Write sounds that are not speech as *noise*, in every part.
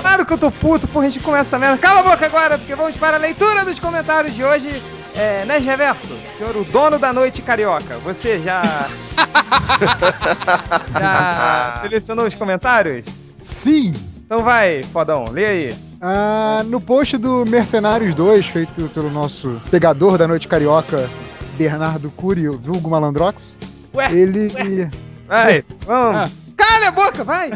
Claro que eu tô puto, porra, a gente começa essa merda. Cala a boca agora, porque vamos para a leitura dos comentários de hoje. É, Nerd Reverso, senhor o dono da noite carioca, você *laughs* já... já selecionou os comentários? Sim! Então vai, fodão, lê aí. Ah, no post do Mercenários 2, feito pelo nosso pegador da noite carioca, Bernardo Curio, vulgo Malandrox, Ué, ele... Vai, vamos. Cala a boca, vai!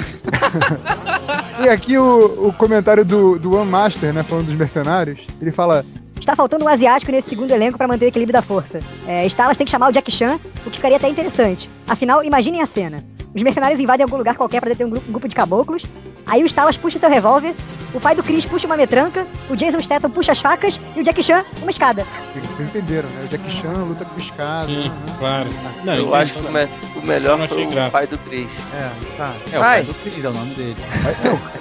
E aqui o, o comentário do, do One Master, né, falando dos mercenários, ele fala, Está faltando um asiático nesse segundo elenco para manter o equilíbrio da força. É, Stalas tem que chamar o Jack Chan, o que ficaria até interessante. Afinal, imaginem a cena. Os mercenários invadem algum lugar qualquer para deter um grupo, um grupo de caboclos. Aí o Stalas puxa seu revólver, o pai do Chris puxa uma metranca, o Jason Statham puxa as facas e o Jack Chan uma escada. vocês entenderam, né, o Jack Chan luta com né, escada, Sim, aham. claro. Não, Eu então, acho que o, me- o melhor não foi achei o graça. pai do Chris. É, tá. É o vai. pai do Chris, é o nome dele.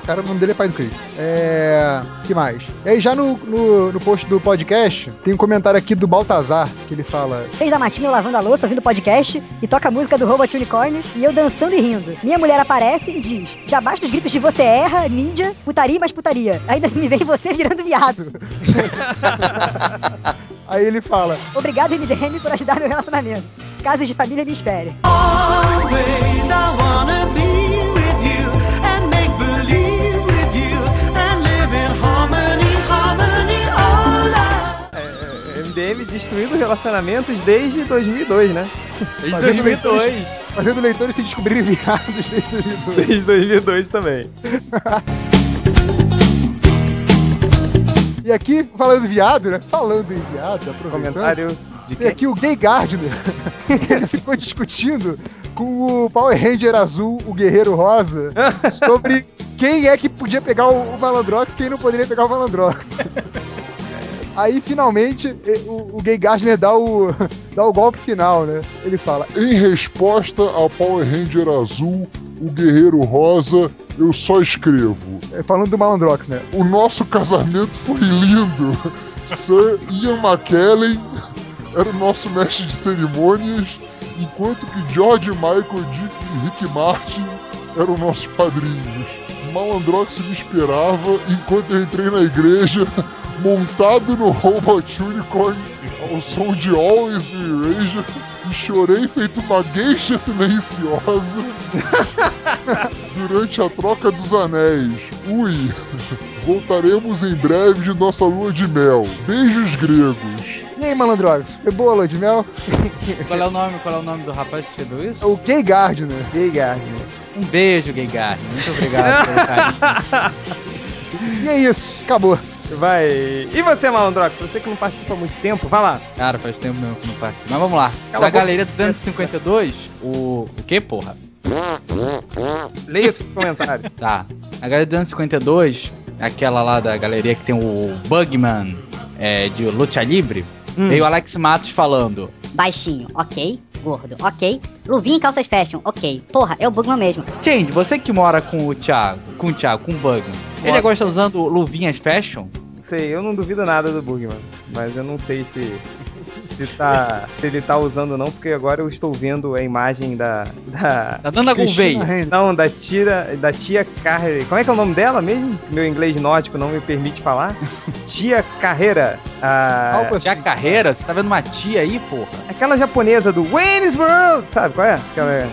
O cara, o nome dele é pai do Chris. É. que mais? E aí, já no, no, no post do podcast, tem um comentário aqui do Baltazar, que ele fala. Três da matina eu lavando a louça, ouvindo podcast, e toca a música do Robot Unicorn, e eu dançando e rindo. Minha mulher aparece e diz, já basta os gritos de você erra, ninja, putaria e mais putaria. Ainda me vem você virando viado. Aí ele fala. Obrigado, MDM, por ajudar meu relacionamento. Casos de família, me espere. Always I wanna be with you and make believe with you and live in harmony, harmony all night. É, é, MDM destruindo relacionamentos desde 2002, né? Desde Fazendo 2002. Fazendo leitores se descobrirem viados desde 2002. Desde 2002 também. E aqui, falando viado, né? Falando em viado, aproveitando. Comentário de Tem quem? aqui o Gay Gardner. *laughs* ele ficou discutindo com o Power Ranger azul, o Guerreiro Rosa, sobre quem é que podia pegar o, o Malandrox e quem não poderia pegar o Malandrox. Aí, finalmente, e- o, o Gay Gardner dá o, *laughs* dá o golpe final, né? Ele fala: Em resposta ao Power Ranger azul, o guerreiro rosa, eu só escrevo: é, falando do Malandrox, né? O nosso casamento foi lindo. Sir Ian McKellen era o nosso mestre de cerimônias, enquanto que George Michael, Dick e Rick Martin eram nossos padrinhos. Malandrox me esperava enquanto eu entrei na igreja montado no Robot Unicorn ao som de Always the Erasure e chorei feito uma gueixa silenciosa durante a troca dos anéis. Ui, *laughs* voltaremos em breve de nossa lua de mel. Beijos gregos. E aí, Malandrox? Foi boa, Lua de Mel? *laughs* É Qual é o nome? Qual é o nome do rapaz que escreveu isso? O Gay né? Gardner. Gay Gardner. Um beijo, Gay Garden. *laughs* Muito obrigado pelo carinho. E é isso, acabou. Vai. E você, Malandrox? Você que não participa há muito tempo, vai lá. Cara, faz tempo mesmo que eu não participo. Mas vamos lá. Cala a da boca. galeria 252, o. O que, porra? Leia os *laughs* comentários. Tá. A galeria 252, aquela lá da galeria que tem o Bugman é, de Lucha Libre, Hum. veio o Alex Matos falando. Baixinho, ok. Gordo, ok. Luvinha e calças fashion, ok. Porra, é o Bugman mesmo. Change, você que mora com o Thiago, com o Thiago, com o Bugman, ele gosta usando luvinhas fashion? Não sei, eu não duvido nada do Bugman. Mas eu não sei se. Se, tá, se ele tá usando ou não, porque agora eu estou vendo a imagem da. da Tá dando a Cristina Gouveia. Hendricks. não, da tira, da tia Carreira. Como é que é o nome dela mesmo? Meu inglês nórdico não me permite falar. tia Carreira. a- Alba Tia Carreira, você tá vendo uma tia aí, porra? *laughs* aquela japonesa do Wayne's World, sabe qual é? Aquela.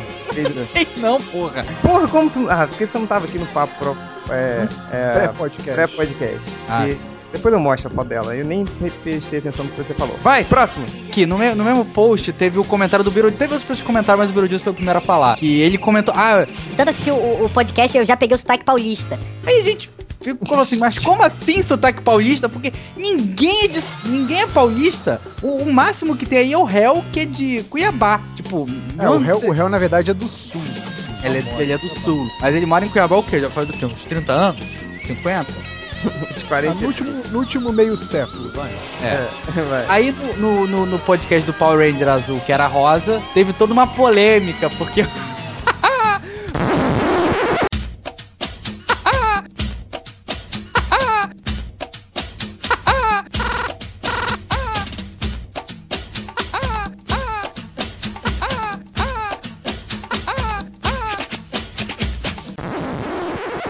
Ei, não, porra. Porra, como tu. Ah, por que você não tava aqui no papo pro. É. é Pré-podcast. Pré-podcast. Ah, Que- Depois eu mostro a foto dela. Eu nem prestei atenção no que você falou. Vai, próximo. Que no, me- no mesmo post teve o comentário do Birudinho. Teve outras pessoas que comentaram, mas o Birudinho foi o primeiro a falar. Que ele comentou. Ah, De tanto assistir o, o podcast, eu já peguei o sotaque paulista. aí a gente ficou assim, mas como assim sotaque paulista? Porque ninguém é, de- ninguém é paulista. O, o máximo que tem aí é o réu que é de Cuiabá. Tipo, É, o não réu, sei- o réu, na verdade, é do sul. Ele, é, ele é do sul. Mas ele mora em Cuiabá o quê? Já faz do quê? Uns 30 anos? 50? Os Ah, 40. no, último, no último meio século, vai. É, vai. Aí no, no, no- no podcast do Power Ranger Azul, que era rosa, teve toda uma polêmica, porque.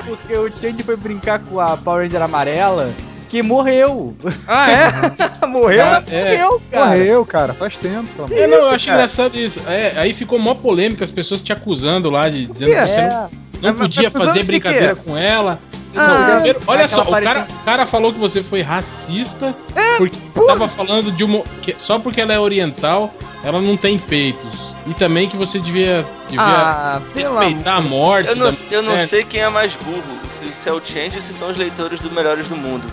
Porque o Change foi brincar com a Power Ranger amarela que morreu. *laughs* Ah, é? Morreu? Ela morreu, Uhum. cara. É, Morreu, cara, faz tempo. pelo amor É, não, eu acho cara. engraçado isso. É, aí ficou mó polêmica, as pessoas te acusando lá de É, dizendo que É, você não, não Mas tá podia acusando fazer de brincadeira com ela. Ah. Não, primeiro, olha Aquela só, o cara, parecia- o cara falou que você foi racista porque você tava falando de uma. que só porque ela é oriental, ela não tem peitos. E também que você devia, devia Ah, pelo amor. respeitar a morte. Eu não, da- eu não é. sei quem é mais burro, se, se é o Change ou se são os leitores do Melhores do Mundo.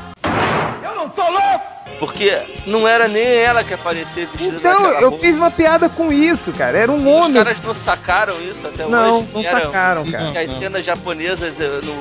Eu não tô louco! Porque não era nem ela que aparecia vestida Então, naquela eu roupa. fiz uma piada com isso, cara. Era um Os homem. caras não sacaram isso até Não, hoje. não Era- sacaram, cara. Não. que as cenas japonesas, eh, no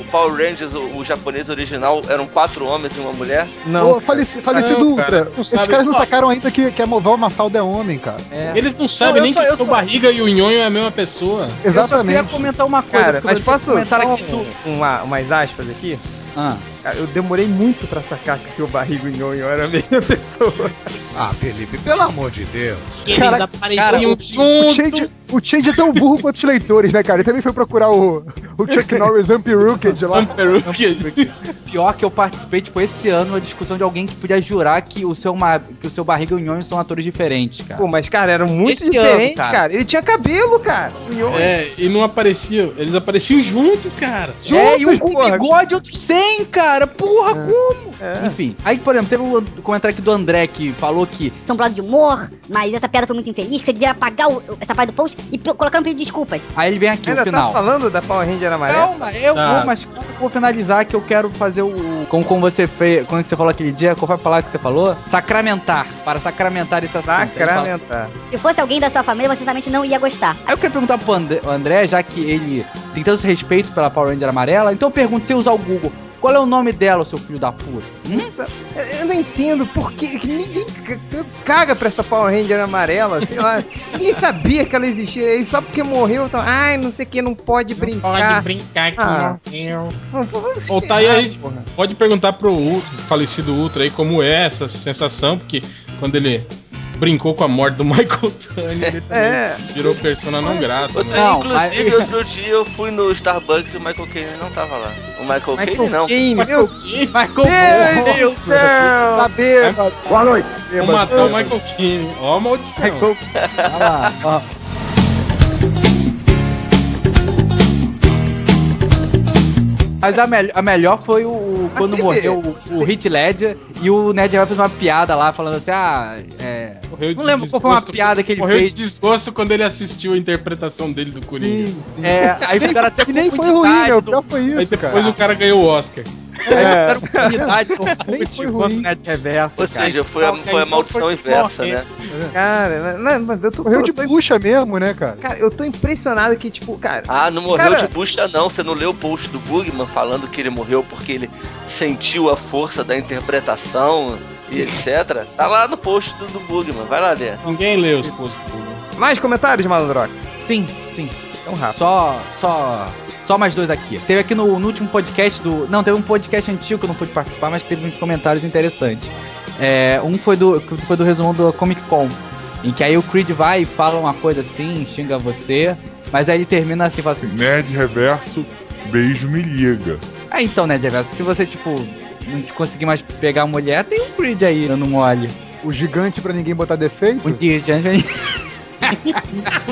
o Power Rangers, o, o japonês original, eram quatro homens e uma mulher. Uhum. Não. Ô, faleci- falecido Não, cara, Ultra, não esses sabe- caras não sacaram ainda que, que a Moval Mafalda é homem, cara. É. Eles não sabem eu nem só- que eu o seu só- barriga e o nhonho é a mesma pessoa. Eu só queria Exatamente. comentar uma coisa. Cara, porque mas vocês posso comentaram só aqui do... um- uma, umas aspas aqui? Ah. Cara, eu demorei muito pra sacar que seu barrigo e nhonho era a mesma pessoa. Ah, Felipe, pelo amor de Deus. Eles Cara, apareciam O juntos. Change, o Change é tão burro quanto os leitores, né, cara? Ele também foi procurar o, o Chuck Norris Unperuced um lá. Peruque. Pior que eu participei, tipo, esse ano, uma discussão de alguém que podia jurar que o seu, ma... que o seu barriga e o nhonho são atores diferentes, cara. Pô, mas, cara, era muito Esse diferente, ano, cara. cara. Ele tinha cabelo, cara. O nhonho. É, e não apareciam. Eles apareciam juntos, cara. é, e um com porra. bigode, outro sem, cara. Porra, como? É. Enfim. Aí, por exemplo, teve um comentário aqui do André que falou que São brother de humor, mas essa piada foi muito infeliz, que você devia apagar o- essa parte do post e p- colocar um período de desculpas. Aí ele vem aqui, Ainda o final. tá falando da Power Ranger amarela? Calma, eu Tá. vou, mas calma que eu vou finalizar que eu quero fazer o. Como, como você fez. Quando é você falou aquele dia, qual foi a palavra que você falou? Sacramentar. Para sacramentar esse assunto. Ele fala- Sacramentar. Se fosse alguém da sua família, você certamente não ia gostar. Aí eu queria perguntar pro André, o André, já que ele tem tanto respeito pela Power Ranger amarela, então eu pergunto se usar o Google. Qual é o nome dela, seu filho da puta? Hum? Eu- Eu não entendo por que que ninguém c- c- caga pra essa Power Ranger amarela, sei lá. ninguém sabia que ela existia. E só porque morreu, então, ai, não sei o que, não pode Não Fala de brincar. brincar Ah. com meu. Não, pô, vamos se Ô, tá aí, ferrar, aí. porra. Pode perguntar pro Ultra, falecido Ultra aí como é essa sensação, porque quando ele brincou com a morte do Michael *laughs* Tane, ele também É. virou persona não grata. Outro, né? Não, inclusive, mas- outro dia eu fui no Starbucks e o Michael Caine não tava lá. O Michael, Caine não. Kane, meu Mas como? Deus do Nossa. céu! Tá bêbado. Tá Boa noite. Vou matar o Michael Keane. Ó, a É, maldição. Olha lá, ó. Mas a, mel- a melhor foi o, o- quando que morreu o, o Hit Ledger e o Ned Hell fez uma piada lá falando assim: ah, é. Morreu de Não lembro qual foi uma desgosto- piada que ele Morreu fez. de desgosto quando ele assistiu a interpretação dele do Coringa. Sim, sim. É, *laughs* aí fizeram até E nem foi ruim, né? O do- pior foi Aí isso, depois cara. o cara ganhou o Oscar. Aí fizeram *laughs* comunidade do Nem foi ruim. Ned Reverso. Ou cara. seja, foi a, foi a maldição inversa, né? Cara, não, mas eu tô, Morreu de eu tô- bucha mesmo, né, cara? cara, eu tô impressionado que, tipo, cara, Ah, não morreu Cara- de bucha não. Você não leu o post do Bugman falando que ele morreu porque ele sentiu a força da interpretação e etc. Tá lá no post do, do Bugman, vai lá ler. Ninguém leu Ah. os posts públicos. mais comentários, Malandrox? Sim, sim. É um Tão rápido. Só, só, só mais dois aqui. Teve aqui no, no último podcast do. Não, teve um podcast antigo que eu não pude participar, mas teve uns comentários interessantes. É, um foi do, que foi do resumo do Comic Con, em que aí o Creed vai e fala uma coisa assim, xinga você, mas aí ele termina assim, fala assim: Nerd Reverso, beijo me liga. Ah, então, né, Diverso, se você, tipo, não te conseguir mais pegar a mulher, tem o Creed aí, eu não mole. O gigante pra ninguém botar defeito? O Dijan vem.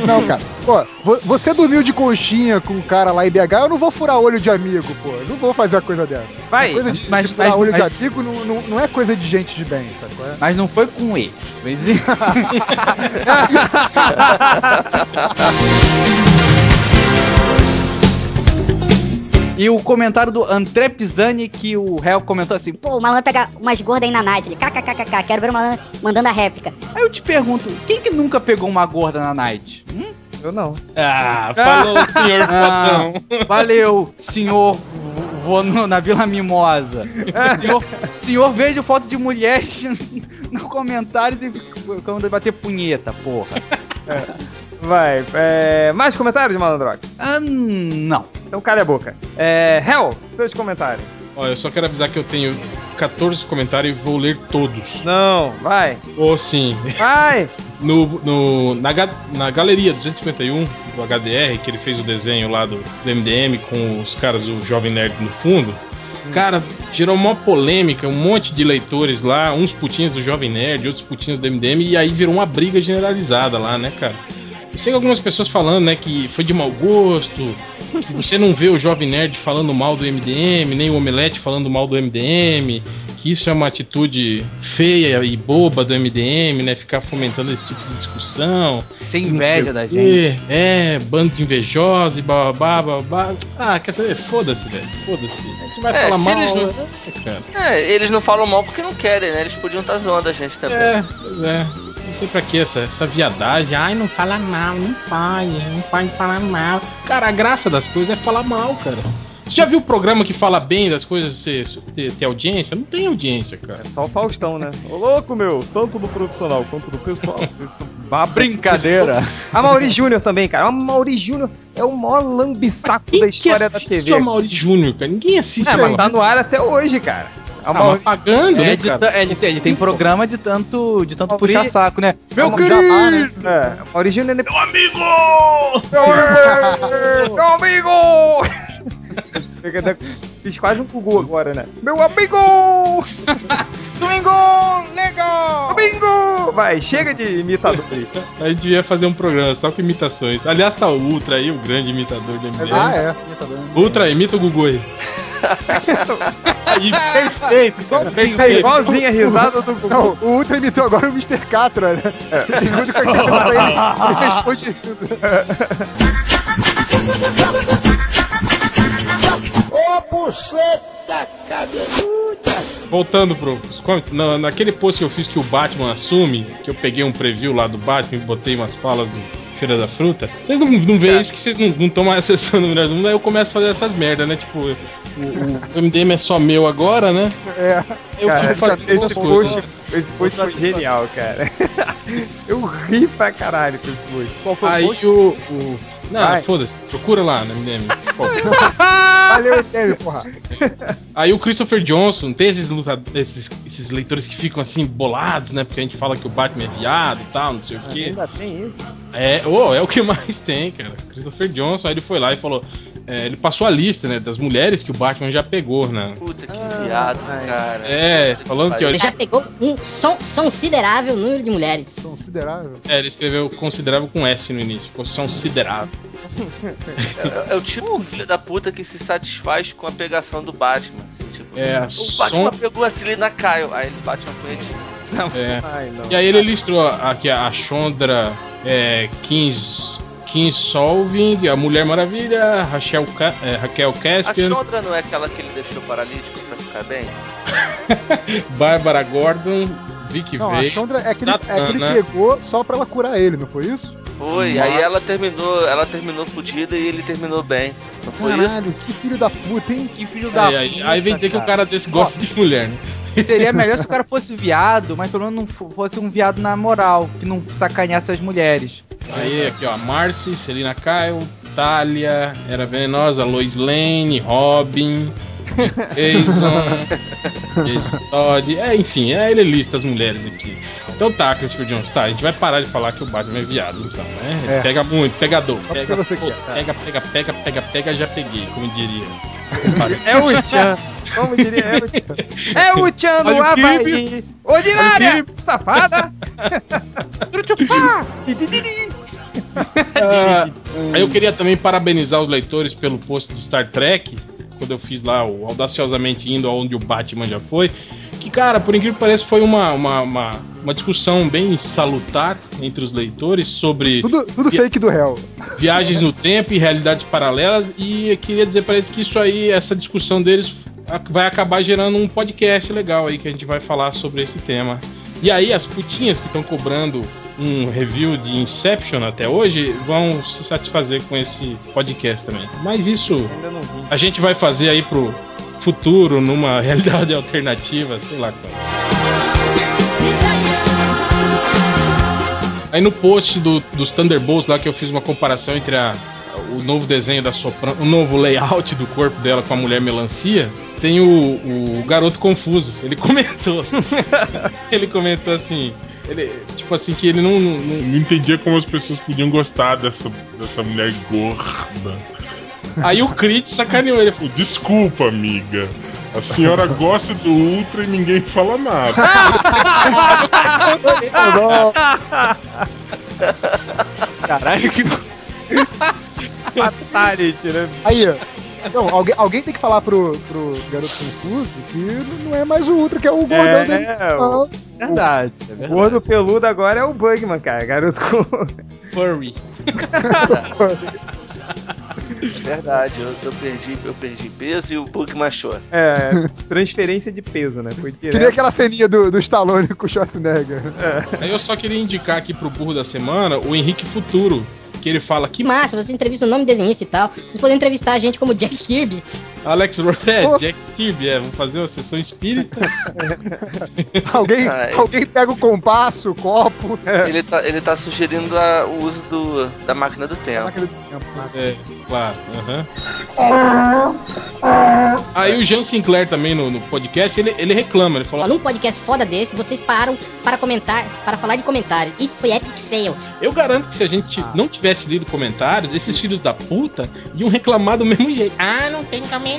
Não, cara. Ó, vo- você dormiu de conchinha com um cara lá em BH, eu não vou furar olho de amigo, pô. Eu não vou fazer a coisa dessa. Vai, Coisa de, Mas- de furar mas- olho mas- de amigo não, não, não é coisa de gente de bem, sabe? qual é? Mas não foi com ele. Mas- *laughs* e o comentário do André Pisani que o réu comentou assim: Pô, o malandro pega umas gordas aí na night, ele kkkk, quero ver o malandro mandando a réplica. Aí eu te pergunto, quem que nunca pegou uma gorda na night? Hum? eu não. Ah, falou o senhor *laughs* Ah. fodão. Valeu, senhor. vo- Vou no- na Vila Mimosa. Senhor, senhor vejo foto de mulheres *laughs* no comentários e quando bater punheta, porra. Vai, é, mais comentários, Malandrox? Ah, não. Então, cala a boca. É, Hell, seus comentários. Ó, eu só quero avisar que eu tenho 14 comentários e vou ler todos. Não, vai. Ou sim. Vai! *laughs* No, no- na, ga- na galeria 251 do HDR, que ele fez o desenho lá do, do MDM com os caras do Jovem Nerd no fundo. Cara, gerou uma polêmica, um monte de leitores lá, uns putinhos do Jovem Nerd, outros putinhos do MDM, e aí virou uma briga generalizada lá, né, cara? Eu sei algumas pessoas falando, né, que foi de mau gosto, que você não vê o Jovem Nerd falando mal do MDM, nem o Omelete falando mal do MDM, que isso é uma atitude feia e boba do MDM, né, ficar fomentando esse tipo de discussão. Sem inveja da E, gente. É, bando de invejosos e bababá, babá. Ah, quer saber? Foda-se, velho, foda-se. A gente vai É, falar se mal, eles não- né, cara. É, eles não falam mal porque não querem, né? Eles podiam estar zoando a gente também. É, pois é. Não sei pra que essa, essa viadagem. Ai, não fala mal, não pode, não pode falar mal. Cara, a graça das coisas é falar mal, cara. Você já viu o programa que fala bem das coisas, ter, ter, ter audiência? Não tem audiência, cara. É só o Faustão, né? Ô louco, meu, tanto do profissional quanto do *laughs* pessoal. Uma Brincadeira. A Mauri Júnior também, cara. A Mauri Júnior é o maior lambisaco da história da assiste TV. o Mauri Júnior, cara? Ninguém assiste É, o mas Mauri. tá no ar até hoje, cara. A Ah, mas Mauri... pagando, É, né, de cara? ta- é, ele, tem, ele tem programa de tanto, de tanto Talvez- puxar saco, né? Meu Vamos querido! jabá, né? é, a Mauri Júnior é... Amigo! *laughs* Meu amigo! Fiz quase um Gugu agora, né? Meu amigo! Domingo! Legal! Amigo! Vai, chega de imitador aí. A gente devia fazer um programa só com imitações. Aliás, tá o Ultra aí, o grande imitador do MDM. Ah, é. Ultra, imita o *laughs* Gugu aí. Aí, perfeito, cara, bem É feito. igualzinho a risada do Gugu. Não, o Ultra imitou agora o Mr. Catra, né? É. Tem muito que a cara tá *laughs* aí, ele responde isso. Voltando pro, pros comics, na, naquele post que eu fiz que o Batman assume, que eu peguei um preview lá do Batman e botei umas falas do Feira da Fruta, vocês não, não veem É. isso porque vocês não estão mais acessando o melhor do mundo, aí eu começo a fazer essas merdas, né? Tipo, o, o- o MDM é só meu agora, né? É. Eu Cara, quis fazer esse, essas esse coisas. post, esse post foi genial, cara. *laughs* Eu ri pra caralho com esse post. Qual foi Aí o post? o. o... Não, Vai. foda-se, procura lá no MDM. Pô. Valeu, Temi, porra. Aí o Christopher Johnson, tem esses, luta- esses, esses leitores que ficam assim bolados, né? Porque a gente fala que o Batman é viado e tal, não sei o quê. Ah, Ainda tem isso. É, ô, é o que *laughs* mais tem, cara. Christopher Johnson, aí ele foi lá e falou. é, ele passou a lista, né, das mulheres que o Batman já pegou, né? Puta que viado, ai. cara. Ah, É, Puta falando que eu- Ele já pegou um son- considerável número de mulheres. Considerável. É, ele escreveu considerável com S no início, posição considerável. pariu. É, é o tipo de filho da puta que se satisfaz com a pegação do Batman. assim, tipo, É, a o Batman som- pegou a Celina Kyle, aí ele bate uma punheta. tá é. Ai, não. E aí ele listrou aqui a Chandra é, Kings, Kinsolving, a Mulher Maravilha, Rachel Ca- é, Raquel A Caspian, Chandra não é aquela que ele deixou paralítico pra ficar bem? Bárbara Gordon, Vicky Não, a Veiga. Chandra é aquele, é aquele né? Satana. que pegou só pra ela curar ele, não foi isso? Foi, aí ela terminou, ela terminou fudida e ele terminou bem. Não foi isso? Caralho, que filho da puta, hein? Que filho é da Aí, É, aí, aí vem dizer que o cara desse gosta de mulher, né? *laughs* Seria melhor se o cara fosse viado, mas pelo menos não fo- fosse um viado na moral, que não sacaneasse as mulheres. Aí aqui ó, Marcy, Selina Kyle, Talia, Era Venenosa, Lois Lane, Robin, *laughs* Jason, Jason Todd, é, enfim, aí ele lista as mulheres aqui. Então tá, Christopher Jones, tá, a gente vai parar de falar que o Batman é viado, então, né? Ele É. Pega muito, pegador, porque pega, você pô, quer, tá. pega, pega, pega, pega, pega, já peguei, como diria. *laughs* É o Tchan. Como diria é o Tchan. É o Tchan do Olha o Havaí. Ordinária! Safada! *laughs* Ah, aí eu queria também parabenizar os leitores pelo post de Star Trek, quando eu fiz lá o Audaciosamente Indo Aonde o Batman Já Foi. Que, cara, por incrível que pareça, foi uma, uma, uma, uma discussão bem salutar entre os leitores sobre Tudo, tudo E- fake do réu. viagens no tempo e realidades paralelas. E eu queria dizer para eles que isso aí, essa discussão deles, a- vai acabar gerando um podcast legal aí que a gente vai falar sobre esse tema. E aí, as putinhas que estão cobrando um review de Inception até hoje vão se satisfazer com esse podcast também. Mas isso Ainda não vi. a gente vai fazer aí pro futuro, numa *laughs* realidade alternativa, sei lá qual. Aí no post do, dos Thunderbolts lá que eu fiz uma comparação entre a, o novo desenho da Soprano, o novo layout do corpo dela com a mulher melancia, tem o, o garoto confuso. Ele comentou. ele comentou assim. Ele, tipo assim, que ele não, não- não- Não entendia como as pessoas podiam gostar dessa, dessa mulher gorda. Aí o Crit sacaneou ele. falou, Desculpa, amiga. A *laughs* senhora gosta do Ultra e ninguém fala nada. Ah! Caralho, que. *laughs* Fatality, né? Aí, ó. Então, alguém, alguém tem que falar pro, pro garoto confuso que n- não é mais o Ultra, que é o gordão É, dele. é, Não, Verdade. É O verdade. gordo peludo agora é o Bugman, cara. Garoto com. Furry. Verdade, eu, eu perdi, eu perdi peso e o Bug machou. É, transferência de peso, né? Foi que nem direto. aquela ceninha do, do Stallone com o *laughs* Schwarzenegger. Aí eu só queria indicar aqui pro burro da semana o Henrique Futuro. Que ele fala Que que massa, você entrevista o nome de desenhista e tal. Vocês podem entrevistar a gente como Jack Kirby. Alex Ross é Pô. Jack Kirby, é, vamos fazer uma sessão espírita. Alguém, Ai. alguém pega o compasso, o copo. Ele tá, ele tá sugerindo a- o uso do, da máquina do tempo. máquina do tempo. né? É, claro. aham. Aí o Jean Sinclair também no, no podcast, ele, ele reclama, ele Ó, fala, Num podcast foda desse, vocês pararam para comentar, para falar de comentários. Isso foi epic fail. eu garanto que se a gente Ah. não tivesse lido comentários, esses filhos da puta iam reclamar do mesmo jeito. Ah, não tem comentário.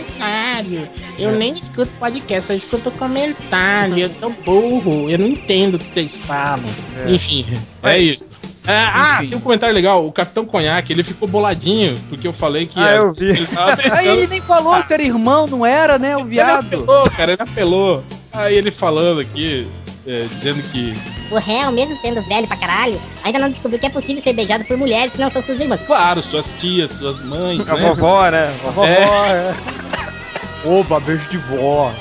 Eu nem escuto podcast, eu escuto comentário. Eu sou burro, eu não entendo o que vocês falam. Enfim, é isso. É, ah, tem um comentário legal, o Capitão Conhaque, ele ficou boladinho, porque eu falei que... Ah, a- eu vi. Ele *laughs* tava Aí ele nem falou se era irmão, não era, né? O Ele viado. apelou, cara, ele apelou. Aí ele falando aqui, é, dizendo que. O réu, mesmo sendo velho pra caralho, ainda não descobriu que é possível ser beijado por mulheres que não são suas irmãs. Claro, suas tias, suas mães. A né? vovó, né? Vovó, é. Oba, beijo de vó.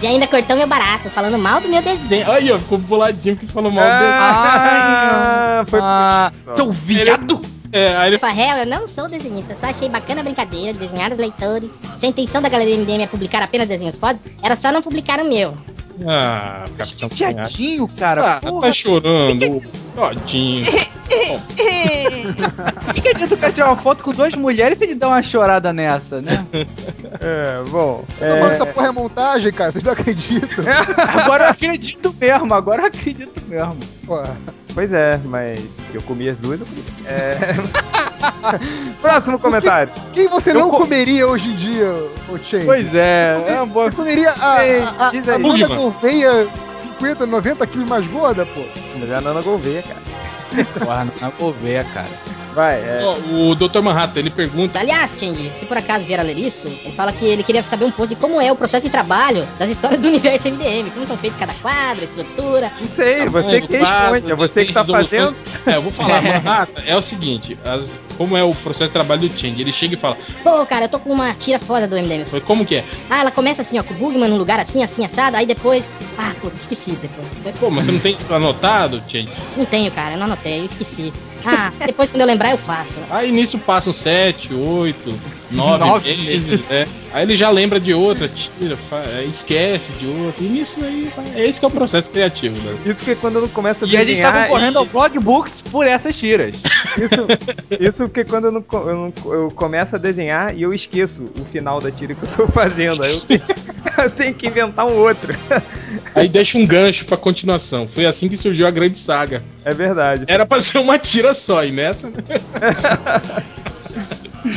E ainda cortou meu barato, falando mal do meu desenho. Aí, ó, ficou boladinho que falou mal dele. Ah, foi Ah, seu viado! É, aí ele Ufa, réu, eu não sou desenhista, eu só achei bacana a brincadeira, desenhar os leitores. Se a intenção da galeria MDM é publicar apenas desenhos fodas, era só não publicar o meu. Ah, Que Capitão Cunhaque. viadinho, cara. Ah, porra. tá chorando. *laughs* Tadinho. Que que adianta o cara tirar uma foto com duas mulheres e ele dá uma chorada nessa, né? É, bom. Tô falando que É, essa porra é montagem, cara. Vocês não acreditam. Agora eu acredito mesmo, agora eu acredito mesmo. Porra. pois é, mas que eu comi as duas, eu comi. É... *laughs* Próximo comentário. Quem você Eu não co- comeria hoje em dia, ô Chain? Pois é, é uma boa. Você comeria a, a, a, Diz a aí. Amanda Bugman. Gouveia 50, 90 quilos mais gorda, pô. Já Nana Gouveia, cara. Porra, não vou ver, cara. Vai, é. Ó, o Dr. Manhattan, ele pergunta. Aliás, Change, se por acaso vier a ler isso, ele fala que ele queria saber um pouco de como é o processo de trabalho das histórias do universo MDM, como são feitos cada quadro, a estrutura. Não sei, tá você bom, que vaso, responde, é você que tá resolução. fazendo. É, eu *laughs* vou falar, Manhattan é o seguinte: as- como é o processo de trabalho do Change? Ele chega e fala, Pô, cara, eu tô com uma tira foda do MDM. foi como que é? Ah, ela começa assim, ó, com o Bugman num lugar assim, assim, assado, aí depois. Ah, pô, esqueci depois. Foi- Pô, mas você não tem anotado, Change? Não tenho, cara, eu não anotei, eu esqueci. Ah, depois quando eu lembrar eu faço. Aí nisso um passam 7, 8, 9 Nove meses, né? Aí ele já lembra de outra, tira, fa- é, esquece de outra. E nisso aí, é esse que é o processo criativo, né? Isso que quando eu começo a E a gente tá desenhar, concorrendo ao Blogbooks por essas tiras. Isso, isso porque quando eu, não, co- eu, não co- eu começo a desenhar e eu esqueço o final da tira que eu tô fazendo. Aí eu, tenho- eu tenho que *laughs* inventar um outro. Aí deixa um gancho pra continuação. Foi assim que surgiu a grande saga. É verdade. Era pra ser uma tira só, e nessa. né?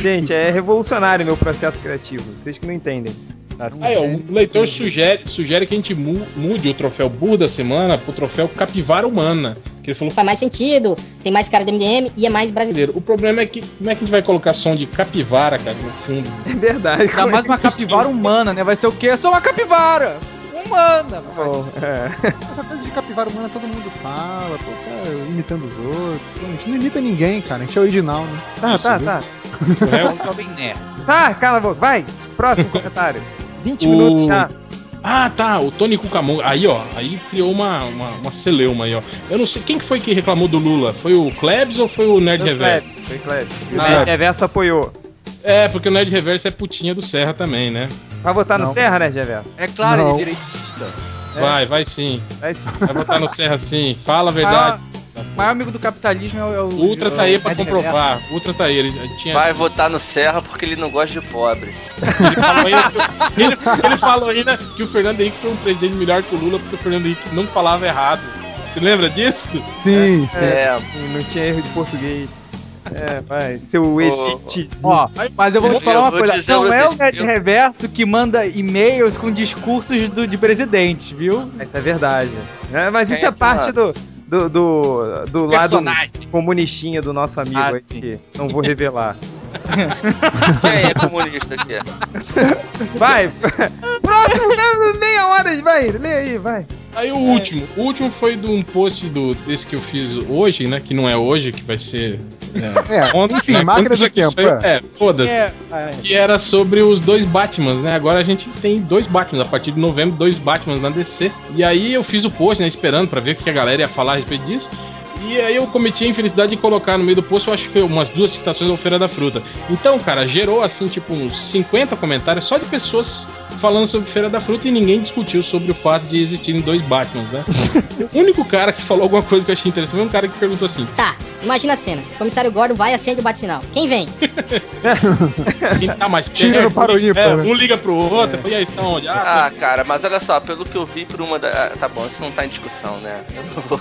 Gente, é revolucionário meu processo criativo. Vocês que não entendem. Assim, Aí, ó, o leitor sugere, sugere que a gente mu- mude o troféu Burro da semana pro troféu Capivara Humana. Que ele falou Faz mais sentido, tem mais cara de MDM e é mais brasileiro. brasileiro. O problema é que como é que a gente vai colocar som de capivara, cara, no *laughs* fundo? É verdade. Dá mais uma capivara humana, né? Vai ser o quê? Só uma capivara! Humana! Bom, é. Essa coisa de capivara humana todo mundo fala, pô. Tá imitando os outros. Pô, a gente não imita ninguém, cara. A gente é original, né? Tá, tá, tá. né? É Jovem Nerd. Tá, cala a boca. Vai. *laughs* Próximo comentário. 20 O- minutos já. Ah, tá, o Tony Cucamonga. Aí, ó, aí criou uma, uma, uma celeuma aí, ó. Eu não sei, quem que foi que reclamou do Lula? Foi o Klebs ou foi o Nerd Foi Reverso? Klebs, foi Klebs. O Não. Nerd Reverso apoiou. É, porque o Nerd Reverso é putinha do Serra também, né? Vai votar no Não. Serra, Nerd Reverso? É claro, Não. ele é direitista. É. Vai, vai sim. Vai sim. Vai botar no Serra sim. Fala a Ah, verdade. maior amigo do capitalismo é o. é o- O Ultra tá aí pra é de comprovar. Ultra tá aí, ele tinha. Vai votar no Serra porque ele não gosta de pobre. Ele, ele falou ainda que o Fernando Henrique foi um presidente melhor que o Lula porque o Fernando Henrique não falava errado. Você lembra disso? Sim, sim. É. Não tinha erro de português. É, vai, seu edit. Ó, mas eu vou te falar uma coisa, não é o Ned Red Reverso que manda e-mails com discursos do, de presidente, viu? Isso é verdade. É, mas Quem isso é é, que parte manda? do, do, do, do lado Personagem. comunistinha do nosso amigo Ah, aí, que não vou revelar. Quem é comunista aqui? Vai! *laughs* Próximo, né, meia hora, vai, lê aí, vai. Aí o último. O último foi de um post do, desse que eu fiz hoje, né? Que não é hoje, que vai ser. É, enfim, máquina do já né? que tempo, saiu- é. É, foda-se. É, Que era sobre os dois Batmans, né? Agora a gente tem dois Batmans. A partir de novembro, dois Batmans na DC. E aí eu fiz o post, né? Esperando pra ver o que a galera ia falar a respeito disso. E aí eu cometi a infelicidade de colocar no meio do post, eu acho que foi umas duas citações ao Feira da Fruta. Então, cara, gerou assim, tipo, uns 50 comentários só de pessoas falando sobre Feira da Fruta e ninguém discutiu sobre o fato de existirem dois Batmans, *laughs* né? o único cara que falou alguma coisa que eu achei interessante foi um cara que perguntou assim: Tá, imagina a cena. O comissário Gordon vai e acende o bate-sinal. Quem vem? quem tá *laughs* mais Tiro perto?" para o ímpar, É, né? Um liga pro outro, É. e aí, estão onde? Ah, Ah, cara, mas olha só, pelo que eu vi por uma da. ah, Tá bom, isso não tá em discussão, né? Eu não vou.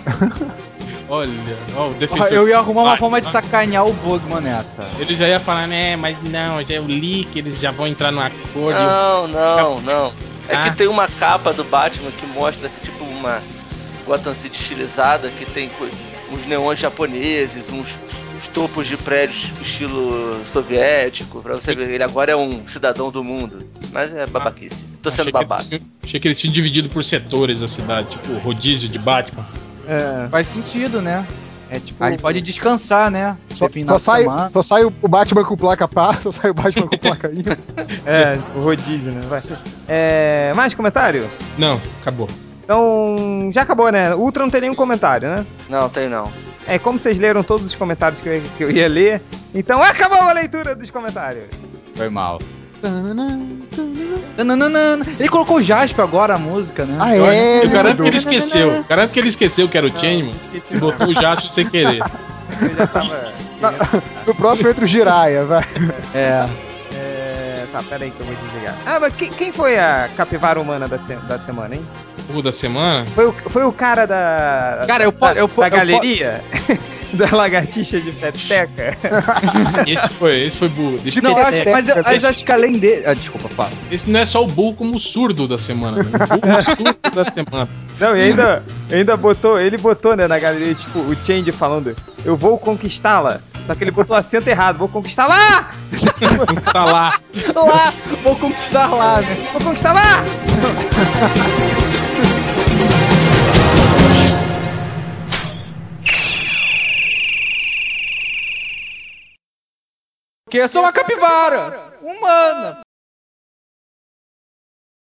olha, ó, o Ó, defensor. Eu ia arrumar uma Batman. forma de sacanear o Bugman nessa. Ele já ia falar, né, mas não, já eu li que eles já vão entrar no acordo. Não, Ah, não, não. É Ah. que tem uma capa do Batman que mostra assim, tipo uma Gotham City estilizada que tem co- uns neões japoneses, uns, uns topos de prédios estilo soviético, pra você ver, ele agora é um cidadão do mundo. Mas é babaquice. tá Tô sendo babaca. Achei que eles tinham dividido por setores da cidade, tipo rodízio de Batman. Faz sentido, né? É tipo, aí pode descansar, né? Só, só sai, só sai o Batman com placa par, *laughs* só sai o Batman com placa I. É, o rodízio, né? Vai. É, mais comentário? Não, acabou. Então, já acabou, né? Ultra não tem nenhum comentário, né? Não, tem não. É, como vocês leram todos os comentários que eu, ia- que eu ia ler, então acabou a leitura dos comentários. Foi mal. Tananana. Ele colocou o Jasper agora a música, né? Ah, Eu, é? eu garanto que ele Tananana. esqueceu. Garanto que ele esqueceu que era o Chainman Então, esqueci e botou o Jato sem querer. Eu já tava. No próximo entra o Jiraya, vai. É. É, tá, pera aí que eu vou desligar. Ah, mas quem, quem foi a capivara humana da, se- da semana, hein? O da semana. Foi o, foi o cara da. Cara, eu po- da, eu po- da eu po- galeria? *laughs* da lagartixa de peteca? Esse foi, esse foi burro. Esse, Não, é, eu acho, Peteca, mas, eu- mas peteca. eu acho que além dele. Ah, desculpa, fala. esse não é só o burro como o surdo da semana. né? O burro surdo da semana. Não, e ainda, ainda botou, ele botou, né, na galeria, tipo, o Change falando, eu vou conquistá-la. Só que ele botou o acento errado, vou conquistar lá! Tá lá. Lá, vou conquistar lá, né? Vou conquistar lá! Porque eu sou uma capivara humana.